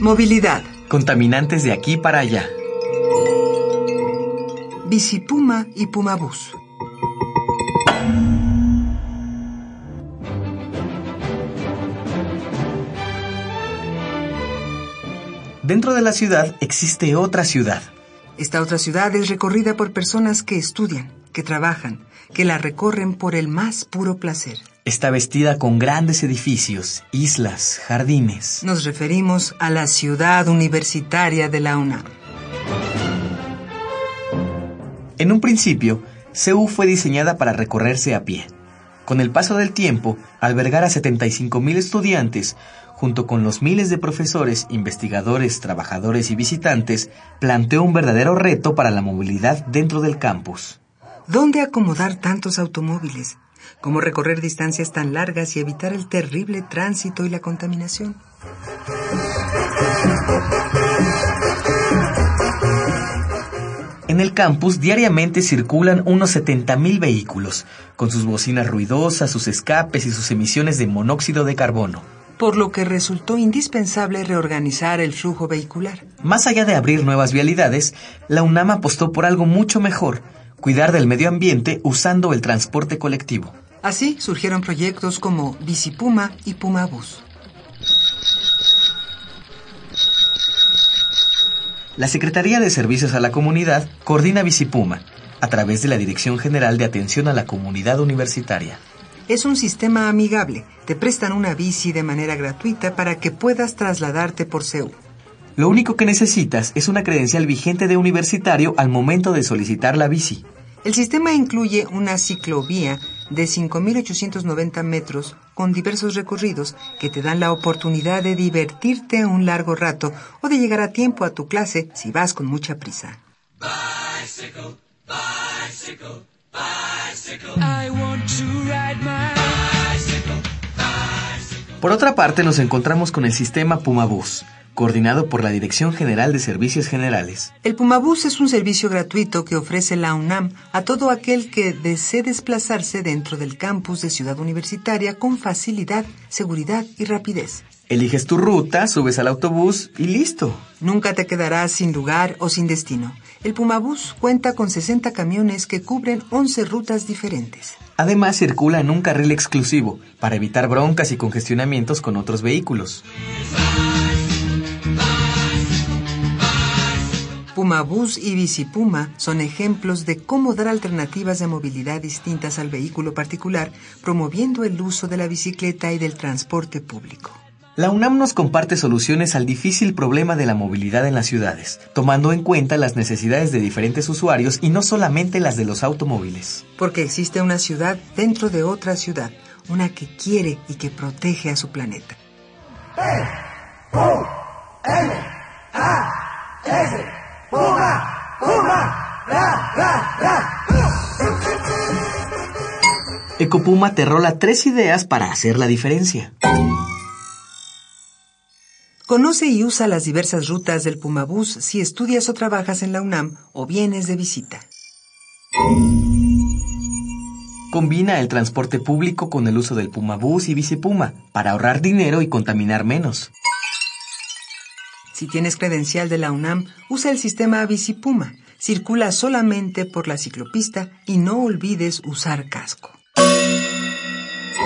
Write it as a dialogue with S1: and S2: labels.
S1: Movilidad.
S2: Contaminantes de aquí para allá.
S1: Bicipuma y Pumabús.
S2: Dentro de la ciudad existe otra ciudad.
S1: Esta otra ciudad es recorrida por personas que estudian, que trabajan, que la recorren por el más puro placer.
S2: Está vestida con grandes edificios, islas, jardines.
S1: Nos referimos a la ciudad universitaria de la UNAM.
S2: En un principio, CEU fue diseñada para recorrerse a pie. Con el paso del tiempo, albergar a 75.000 estudiantes, junto con los miles de profesores, investigadores, trabajadores y visitantes, planteó un verdadero reto para la movilidad dentro del campus.
S1: ¿Dónde acomodar tantos automóviles? ¿Cómo recorrer distancias tan largas y evitar el terrible tránsito y la contaminación?
S2: En el campus diariamente circulan unos 70.000 vehículos, con sus bocinas ruidosas, sus escapes y sus emisiones de monóxido de carbono.
S1: Por lo que resultó indispensable reorganizar el flujo vehicular.
S2: Más allá de abrir nuevas vialidades, la UNAM apostó por algo mucho mejor, cuidar del medio ambiente usando el transporte colectivo.
S1: Así surgieron proyectos como Bicipuma y Pumabús.
S2: La Secretaría de Servicios a la Comunidad coordina Bicipuma, a través de la Dirección General de Atención a la Comunidad Universitaria.
S1: Es un sistema amigable. Te prestan una bici de manera gratuita para que puedas trasladarte por CEU.
S2: Lo único que necesitas es una credencial vigente de universitario al momento de solicitar la bici.
S1: El sistema incluye una ciclovía de 5.890 metros con diversos recorridos que te dan la oportunidad de divertirte un largo rato o de llegar a tiempo a tu clase si vas con mucha prisa.
S2: Por otra parte, nos encontramos con el sistema Pumabús, coordinado por la Dirección General de Servicios Generales.
S1: El Pumabús es un servicio gratuito que ofrece la UNAM a todo aquel que desee desplazarse dentro del campus de Ciudad Universitaria con facilidad, seguridad y rapidez.
S2: Eliges tu ruta, subes al autobús y listo.
S1: Nunca te quedarás sin lugar o sin destino. El Pumabús cuenta con 60 camiones que cubren 11 rutas diferentes.
S2: Además, circula en un carril exclusivo para evitar broncas y congestionamientos con otros vehículos.
S1: Pumabús y Bicipuma son ejemplos de cómo dar alternativas de movilidad distintas al vehículo particular, promoviendo el uso de la bicicleta y del transporte público.
S2: La UNAM nos comparte soluciones al difícil problema de la movilidad en las ciudades, tomando en cuenta las necesidades de diferentes usuarios y no solamente las de los automóviles.
S1: Porque existe una ciudad dentro de otra ciudad, una que quiere y que protege a su planeta.
S2: Ecopuma te rola tres ideas para hacer la diferencia.
S1: Conoce y usa las diversas rutas del Pumabús si estudias o trabajas en la UNAM o vienes de visita.
S2: Combina el transporte público con el uso del Pumabús y Bicipuma para ahorrar dinero y contaminar menos.
S1: Si tienes credencial de la UNAM, usa el sistema Bicipuma. Circula solamente por la ciclopista y no olvides usar casco.